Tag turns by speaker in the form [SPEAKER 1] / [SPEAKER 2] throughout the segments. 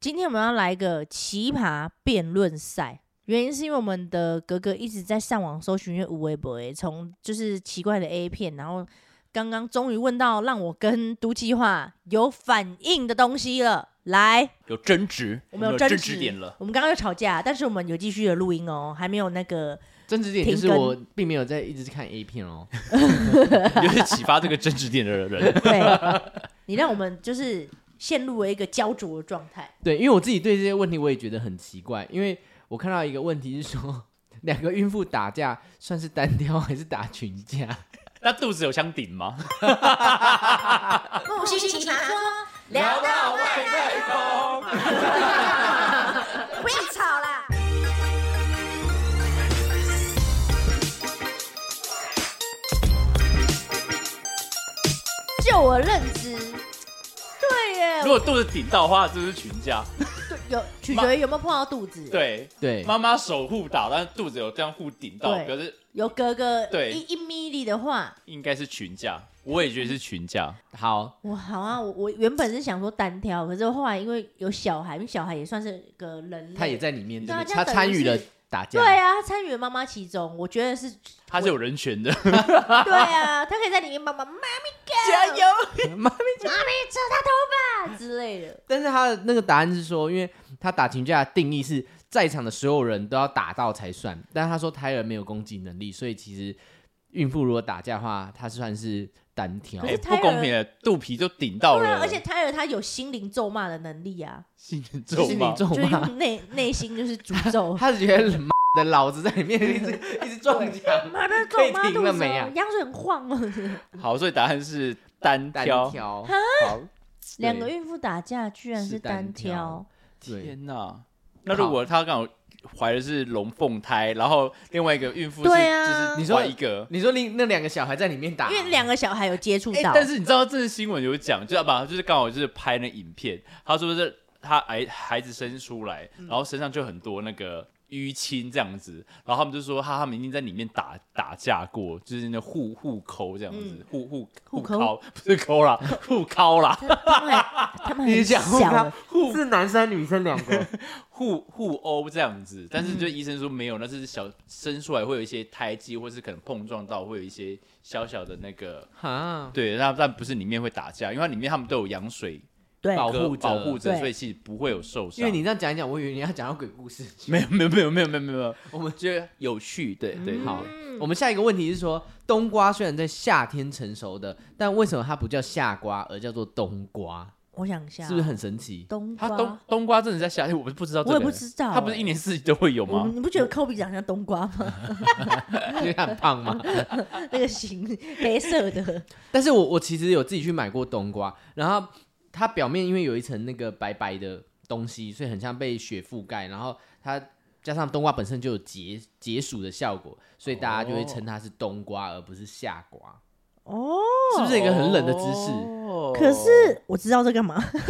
[SPEAKER 1] 今天我们要来一个奇葩辩论赛，原因是因为我们的格格一直在上网搜寻，因为无微博从就是奇怪的 A 片，然后刚刚终于问到让我跟都计划有反应的东西了。来，
[SPEAKER 2] 有争执，
[SPEAKER 1] 我们有
[SPEAKER 2] 争
[SPEAKER 1] 争执
[SPEAKER 2] 点了。
[SPEAKER 1] 我们刚刚又吵架，但是我们有继续的录音哦，还没有那 个
[SPEAKER 3] 争执点就是
[SPEAKER 1] 停更。
[SPEAKER 3] 我并没有在一直看 A 片哦，
[SPEAKER 2] 你就是启发这个争执点的人
[SPEAKER 1] 对，你让我们就是陷入了一个焦灼的状态。
[SPEAKER 3] 对，因为我自己对这些问题我也觉得很奇怪，因为我看到一个问题是说， 两个孕妇打架算是单挑还是打群架？
[SPEAKER 2] 那肚子有相顶吗？
[SPEAKER 4] 不是奇葩说，聊到外太空。不要吵啦！
[SPEAKER 1] 就我认知，对耶，
[SPEAKER 2] 如果肚子顶到的话，就是群架。
[SPEAKER 1] 对有取决于有没有碰到肚子，，
[SPEAKER 2] 对，
[SPEAKER 3] 对，
[SPEAKER 2] 妈妈手互打，但肚子有这样互顶到，
[SPEAKER 1] 对
[SPEAKER 2] 可是
[SPEAKER 1] 有格格
[SPEAKER 2] 对
[SPEAKER 1] 一一米里的话，
[SPEAKER 2] 应该是群架。我也觉得是群架，
[SPEAKER 3] 好，
[SPEAKER 1] 我好啊，我我原本是想说单挑，可是后来因为有小孩，因为小孩也算是个人类，
[SPEAKER 3] 她也在里面，
[SPEAKER 1] 对
[SPEAKER 3] 对
[SPEAKER 1] 啊
[SPEAKER 3] 不
[SPEAKER 1] 这样
[SPEAKER 3] 对？她
[SPEAKER 1] 等于
[SPEAKER 3] 参与了
[SPEAKER 1] 是
[SPEAKER 3] 打架，
[SPEAKER 1] 对啊，他参与了妈妈其中，我觉得是
[SPEAKER 2] 它是有人权的。
[SPEAKER 1] 对啊，他可以在里面帮忙妈咪干，
[SPEAKER 3] 加油， 妈咪！
[SPEAKER 1] 妈咪扯他头发之类的，
[SPEAKER 3] 但是她的那个答案是说，因为她打群架的定义是在场的所有人都要打到才算，但她说胎儿没有攻击能力，所以其实孕妇如果打架的话，她算是单挑
[SPEAKER 1] 可。
[SPEAKER 2] 哎
[SPEAKER 1] 是胎
[SPEAKER 2] 不
[SPEAKER 1] 儿
[SPEAKER 2] 公平的，肚皮就顶到
[SPEAKER 1] 对啊，
[SPEAKER 2] 了。
[SPEAKER 1] 而且胎儿他有心灵咒骂的能力啊，
[SPEAKER 2] 心情
[SPEAKER 3] 就
[SPEAKER 2] 咒
[SPEAKER 3] 是你
[SPEAKER 2] 骂，
[SPEAKER 3] 咒
[SPEAKER 1] 就是
[SPEAKER 3] 骂，
[SPEAKER 1] 用内内心就是诅 咒。
[SPEAKER 3] 他是觉得妈的老子在里面一 直一直撞墙，
[SPEAKER 1] 妈的，
[SPEAKER 3] 可以
[SPEAKER 1] 咒妈
[SPEAKER 3] 停
[SPEAKER 1] 肚
[SPEAKER 3] 了
[SPEAKER 1] 子
[SPEAKER 3] 没
[SPEAKER 1] 哦
[SPEAKER 3] 啊，
[SPEAKER 1] 羊水很晃哦。
[SPEAKER 2] 好，所以答案是单
[SPEAKER 3] 单
[SPEAKER 2] 挑。
[SPEAKER 3] 挑，好
[SPEAKER 1] 两个孕妇打架居然是
[SPEAKER 3] 是单
[SPEAKER 1] 单挑，
[SPEAKER 3] 对，
[SPEAKER 2] 天哪！那如果她刚好怀的是龙凤胎，然后另外一个孕妇是
[SPEAKER 1] 对啊
[SPEAKER 2] 就是
[SPEAKER 3] 你说
[SPEAKER 2] 怀一个，
[SPEAKER 3] 你说另那两个小孩在里面打，
[SPEAKER 1] 因为两个小孩有接触
[SPEAKER 2] 哎、
[SPEAKER 1] 到，
[SPEAKER 2] 但是你知道，这个新闻有讲，知道吧？就是刚好就是拍那影片，他说是他孩孩子生出来，
[SPEAKER 1] 嗯
[SPEAKER 2] 然后身上就很多那个淤青这样子，然后他们就说他他们已经在里面打打架过，就是那互互抠这样子
[SPEAKER 1] 嗯，
[SPEAKER 2] 互互
[SPEAKER 1] 互抠
[SPEAKER 2] 抠，不是抠啦， 互抠啦，
[SPEAKER 1] 他们还他们
[SPEAKER 3] 你
[SPEAKER 1] 很
[SPEAKER 3] 讲
[SPEAKER 1] 小欸，
[SPEAKER 2] 互
[SPEAKER 3] 是男生女生两个，
[SPEAKER 2] 互互殴这样子。但是就
[SPEAKER 1] 嗯
[SPEAKER 2] 医生说没有，那是小生出来会有一些胎记，或是可能碰撞到会有一些小小的那个。
[SPEAKER 3] 哈，
[SPEAKER 2] 对，那但不是里面会打架，因为它里面他们都有羊水
[SPEAKER 1] 对，
[SPEAKER 3] 保护
[SPEAKER 2] 保
[SPEAKER 1] 对
[SPEAKER 2] 护者，所以其实不会有受伤。
[SPEAKER 3] 因为你这样讲一讲，我以为你要讲到鬼故 事。
[SPEAKER 2] 没有没有没有没有没有没有，
[SPEAKER 3] 我们
[SPEAKER 2] 觉得有趣，对对
[SPEAKER 3] 嗯好
[SPEAKER 1] 嗯
[SPEAKER 3] 我们下一个问题是说，冬瓜虽然在夏天成熟的，但为什么它不叫夏瓜，而叫做冬瓜？
[SPEAKER 1] 我想一下，
[SPEAKER 3] 是不是很神奇？
[SPEAKER 1] 冬
[SPEAKER 2] 它
[SPEAKER 1] 瓜？
[SPEAKER 2] 冬冬瓜真的在夏天，我不知道这
[SPEAKER 1] 我
[SPEAKER 2] 个，
[SPEAKER 1] 也不知道，欸
[SPEAKER 2] 它不是一年四季都会有
[SPEAKER 1] 我
[SPEAKER 2] 吗
[SPEAKER 1] 们？你不觉得科比长像冬瓜吗？啊
[SPEAKER 3] 因为它很胖吗？
[SPEAKER 1] 那个形 黑色的，
[SPEAKER 3] 但是我我其实有自己去买过冬瓜，然后它表面因为有一层那个白白的东西，所以很像被雪覆盖，然后它加上冬瓜本身就有解解暑的效果，所以大家就会称它是冬瓜而不是夏瓜，
[SPEAKER 1] 哦，
[SPEAKER 3] 是不是一个很冷的知识？
[SPEAKER 2] 哦
[SPEAKER 1] 可是我知道这干嘛？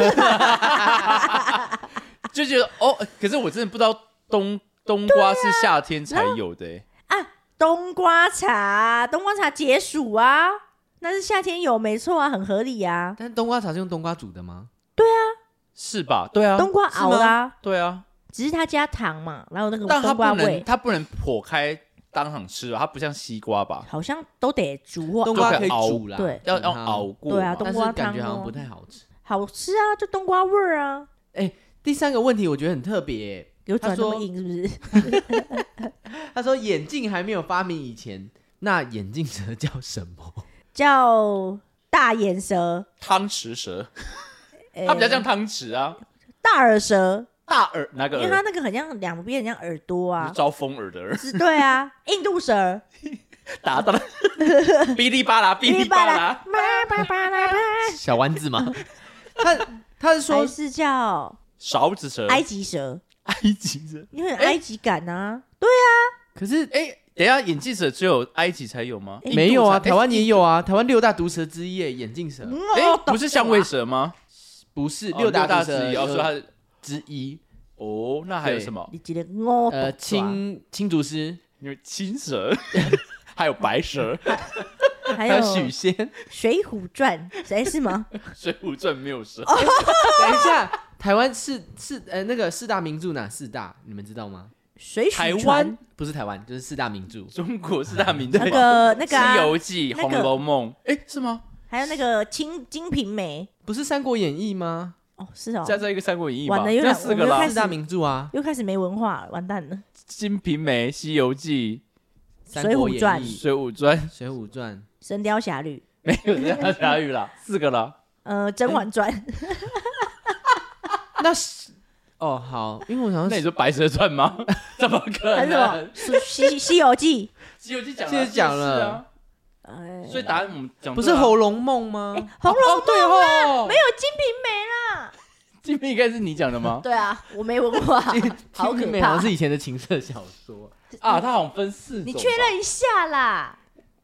[SPEAKER 2] 就觉得哦，可是我真的不知道冬冬瓜是夏天才有的、
[SPEAKER 1] 啊
[SPEAKER 2] 欸
[SPEAKER 1] 冬瓜茶，冬瓜茶解暑啊，那是夏天有没错啊，很合理啊。
[SPEAKER 3] 但是冬瓜茶是用冬瓜煮的吗？
[SPEAKER 2] 是吧？对啊，
[SPEAKER 1] 冬瓜
[SPEAKER 2] 是
[SPEAKER 1] 熬
[SPEAKER 2] 吗
[SPEAKER 1] 啦、啊，
[SPEAKER 2] 对啊，
[SPEAKER 1] 只是它加糖嘛，然后那个
[SPEAKER 2] 但它
[SPEAKER 1] 冬瓜
[SPEAKER 2] 不能
[SPEAKER 1] 味
[SPEAKER 2] 它不能破开当场吃吧？它不像西瓜吧？
[SPEAKER 1] 好像都得煮或
[SPEAKER 3] 冬
[SPEAKER 1] 熬
[SPEAKER 3] 瓜
[SPEAKER 2] 就
[SPEAKER 3] 可
[SPEAKER 2] 可
[SPEAKER 3] 以
[SPEAKER 2] 以
[SPEAKER 3] 煮啦，
[SPEAKER 1] 对
[SPEAKER 2] 要
[SPEAKER 3] 煮
[SPEAKER 2] 要
[SPEAKER 3] 它
[SPEAKER 2] 熬过嘛，
[SPEAKER 1] 对啊冬
[SPEAKER 3] 但
[SPEAKER 1] 瓜
[SPEAKER 3] 是感觉
[SPEAKER 1] 汤
[SPEAKER 3] 好像
[SPEAKER 1] 哦
[SPEAKER 3] 不太好吃。
[SPEAKER 1] 好吃啊，就冬瓜味儿啊，
[SPEAKER 3] 第三个问题我觉得很特别耶、
[SPEAKER 1] 有转那
[SPEAKER 3] 他
[SPEAKER 1] 么
[SPEAKER 3] 说
[SPEAKER 1] 硬是不是？
[SPEAKER 3] 他说眼镜还没有发明以前，那眼镜蛇叫什么？
[SPEAKER 1] 叫大眼蛇，
[SPEAKER 2] 汤匙蛇，
[SPEAKER 1] 欸
[SPEAKER 2] 它比较像汤匙啊，
[SPEAKER 1] 大耳蛇，
[SPEAKER 2] 大耳哪
[SPEAKER 1] 因
[SPEAKER 2] 个
[SPEAKER 1] 为它
[SPEAKER 2] 耳？
[SPEAKER 1] 那个很像两边很像耳朵
[SPEAKER 2] 不
[SPEAKER 1] 啊
[SPEAKER 2] 是，招风耳的耳。
[SPEAKER 1] 是对啊，印度蛇，
[SPEAKER 2] 打到了，哔哩吧啦，哔哩吧啦，
[SPEAKER 1] 巴 巴巴拉巴，
[SPEAKER 3] 小丸子吗？他他
[SPEAKER 1] 还
[SPEAKER 3] 是说
[SPEAKER 1] 是叫
[SPEAKER 2] 勺子蛇，
[SPEAKER 1] 埃及蛇，
[SPEAKER 2] 埃及蛇。
[SPEAKER 1] 因为有埃及感啊，对，
[SPEAKER 3] 可是
[SPEAKER 2] 哎，等一下，眼镜蛇只有埃及才有吗？印度哎
[SPEAKER 3] 没有啊，
[SPEAKER 2] 才
[SPEAKER 3] 台湾也有啊，台湾六大毒蛇之一耶，眼镜蛇
[SPEAKER 1] 嗯
[SPEAKER 2] 哎，
[SPEAKER 1] 哦
[SPEAKER 2] 哎不是香味蛇吗？
[SPEAKER 3] 不是
[SPEAKER 2] 哦
[SPEAKER 3] 六大毒
[SPEAKER 2] 之一，哦，所以它
[SPEAKER 3] 蛇
[SPEAKER 2] 是
[SPEAKER 3] 之一，
[SPEAKER 2] 哦，那还有什么？
[SPEAKER 1] 你记得我
[SPEAKER 3] 呃，青青竹师
[SPEAKER 2] 有青 蛇，还有白蛇，《
[SPEAKER 1] 还
[SPEAKER 3] 还
[SPEAKER 1] 有
[SPEAKER 3] 有
[SPEAKER 1] 《
[SPEAKER 3] 许仙。
[SPEAKER 1] 水浒传》，谁是吗？哦
[SPEAKER 2] 水浒传》没有蛇，
[SPEAKER 3] 等一下，台湾四四呃那个四大名著哪四大？你们知道吗？
[SPEAKER 1] 水
[SPEAKER 3] 台
[SPEAKER 1] 浒
[SPEAKER 3] 湾
[SPEAKER 1] 传
[SPEAKER 3] 不是台湾，就是四大名著。
[SPEAKER 2] 中国四大名著
[SPEAKER 1] 那个那个啊
[SPEAKER 2] 西游记》《
[SPEAKER 1] 那个
[SPEAKER 2] 红楼梦》，哎，是吗？
[SPEAKER 1] 还有那个《金金瓶梅
[SPEAKER 3] 不是《三国演义》吗？》
[SPEAKER 1] 哦，是哦，
[SPEAKER 2] 加上一个《三国演义》
[SPEAKER 1] 完
[SPEAKER 2] 吧，
[SPEAKER 1] 了有
[SPEAKER 2] 那
[SPEAKER 1] 点
[SPEAKER 2] 四个
[SPEAKER 1] 我们又
[SPEAKER 2] 啦，
[SPEAKER 1] 开
[SPEAKER 2] 《
[SPEAKER 1] 始
[SPEAKER 3] 四大名著啊，
[SPEAKER 1] 又开始没文化了，完蛋了。
[SPEAKER 2] 金瓶梅》《西游记
[SPEAKER 3] 《三国演
[SPEAKER 1] 水浒传
[SPEAKER 3] 义》
[SPEAKER 2] 《水浒传》
[SPEAKER 3] 《水浒传》
[SPEAKER 1] 《神雕侠侣》
[SPEAKER 2] 没有这样加语啦，四个啦。
[SPEAKER 1] 呃，《甄嬛 传》
[SPEAKER 3] 那是哦好，因为我想
[SPEAKER 2] 那
[SPEAKER 3] 说
[SPEAKER 2] 你说《白蛇传》吗？ 怎么可
[SPEAKER 3] 啊
[SPEAKER 1] 还是什么
[SPEAKER 2] 能？《
[SPEAKER 1] 《西西西游记》？
[SPEAKER 2] 西游记》讲
[SPEAKER 3] 西游记讲了
[SPEAKER 2] 是啊
[SPEAKER 1] 呃，哎
[SPEAKER 2] 所以答案我们讲
[SPEAKER 3] 不是《
[SPEAKER 2] 红
[SPEAKER 3] 红楼梦》吗？
[SPEAKER 1] 红楼
[SPEAKER 3] 哦对哦，
[SPEAKER 1] 没有《金瓶梅》啦。
[SPEAKER 2] 啊金瓶应该是你讲的吗？
[SPEAKER 1] 对啊，我没文化，好可
[SPEAKER 3] 金瓶梅好
[SPEAKER 1] 怕
[SPEAKER 3] 像。是以前的情色小说。
[SPEAKER 2] 啊，它好像分四
[SPEAKER 1] 你
[SPEAKER 2] 种吧。
[SPEAKER 1] 确认一下啦，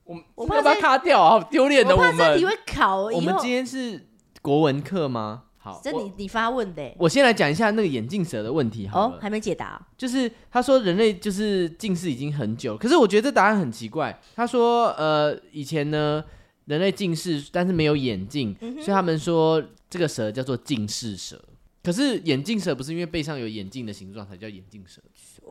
[SPEAKER 2] 我们
[SPEAKER 1] 我
[SPEAKER 2] 我
[SPEAKER 1] 怕
[SPEAKER 2] 们要把它卡掉啊，好丢脸的
[SPEAKER 1] 我怕这
[SPEAKER 2] 们
[SPEAKER 1] 题。会考。
[SPEAKER 3] 我
[SPEAKER 1] 以
[SPEAKER 3] 们
[SPEAKER 1] 后
[SPEAKER 3] 今天是国文课吗？好，
[SPEAKER 1] 这
[SPEAKER 3] 我
[SPEAKER 1] 哦你你发问的欸
[SPEAKER 3] 我先来讲一下那个眼镜蛇的问题好
[SPEAKER 1] 哦
[SPEAKER 3] 了，，
[SPEAKER 1] 还没解答哦。
[SPEAKER 3] 就是他说人类就是近视已经很久，可是我觉得这答案很奇怪。他说呃以前呢人类近视，但是没有眼镜，
[SPEAKER 1] 嗯
[SPEAKER 3] 所以他们说这个蛇叫做近视蛇。可是眼镜蛇不是因为背上有眼镜的形状才叫眼镜蛇，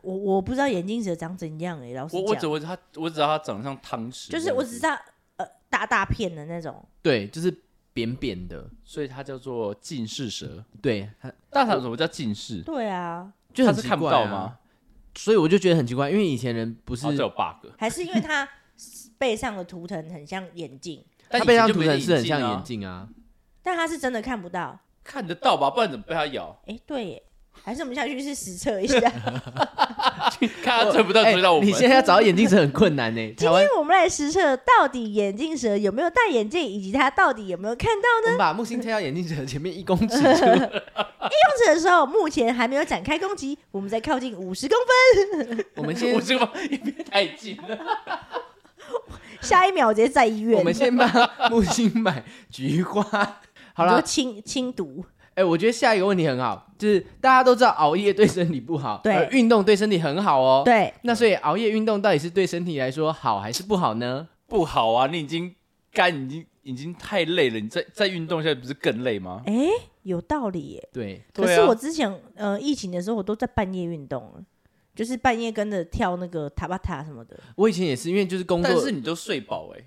[SPEAKER 1] 我我不知道眼镜蛇长怎样哎，老师
[SPEAKER 2] 我我只会它，我只知道它长得像汤匙，
[SPEAKER 1] 就是我只知，道呃大大片的那种，
[SPEAKER 3] 对，就是扁扁的，
[SPEAKER 2] 所以它叫做近视蛇。
[SPEAKER 3] 对，它
[SPEAKER 2] 大肠什么叫近视？
[SPEAKER 1] 对啊，
[SPEAKER 3] 就很
[SPEAKER 2] 它
[SPEAKER 3] 奇
[SPEAKER 2] 是
[SPEAKER 3] 怪、
[SPEAKER 2] 看不到吗？？
[SPEAKER 3] 所以我就觉得很奇怪，因为以前人不是
[SPEAKER 2] 哦，这有 bug。
[SPEAKER 1] 还是因为它背上的图腾很像眼镜，
[SPEAKER 2] 但
[SPEAKER 3] 它背
[SPEAKER 2] 以前
[SPEAKER 3] 上
[SPEAKER 2] 就
[SPEAKER 3] 图
[SPEAKER 2] 没
[SPEAKER 3] 腾是很像
[SPEAKER 2] 啊
[SPEAKER 3] 眼，镜啊，
[SPEAKER 1] 但它是真的看不到。
[SPEAKER 2] 看得到吧？不然怎么被它 咬？
[SPEAKER 1] 哎，对耶，还是我们下去去实测一下。
[SPEAKER 2] 看它追不到，
[SPEAKER 3] 哎
[SPEAKER 2] 追到我们
[SPEAKER 3] 你。现在要找到眼镜蛇很困难呢、
[SPEAKER 1] 今
[SPEAKER 3] 台湾
[SPEAKER 1] 天，我们来实测到底眼镜蛇有没有戴眼镜，以及它到底有没有看到
[SPEAKER 3] 我
[SPEAKER 1] 呢？
[SPEAKER 3] 们把木星推到眼镜蛇前面一公尺处，
[SPEAKER 1] 用者的时候，目前还没有展开攻击，我们在靠近五十公分，
[SPEAKER 3] 我们 先
[SPEAKER 2] 我，这个吧也别太近了，
[SPEAKER 1] 下一秒直接在医院。
[SPEAKER 3] 我们先帮木星买菊花。 好
[SPEAKER 1] 你说
[SPEAKER 3] 啦，
[SPEAKER 1] 清清毒，
[SPEAKER 3] 哎、我觉得下一个问题很好，就是大家都知道熬夜对身体不好，
[SPEAKER 1] 对
[SPEAKER 3] 而运动对身体很好哦。，
[SPEAKER 1] 对，
[SPEAKER 3] 那所以熬夜运动到底是对身体来说好还是不好呢？
[SPEAKER 2] 不好啊！你已经肝已经已经太累了，你再再运动一下不是更累吗？
[SPEAKER 1] 哎、有道理耶。
[SPEAKER 3] 对，
[SPEAKER 1] 可
[SPEAKER 2] 对
[SPEAKER 1] 是
[SPEAKER 2] 啊
[SPEAKER 1] 我之前呃疫情的时候，我都在半夜运动了，就是半夜跟着跳那个塔巴塔什么的。
[SPEAKER 3] 我以前也是，因为就是工作，
[SPEAKER 2] 但是你都睡饱哎，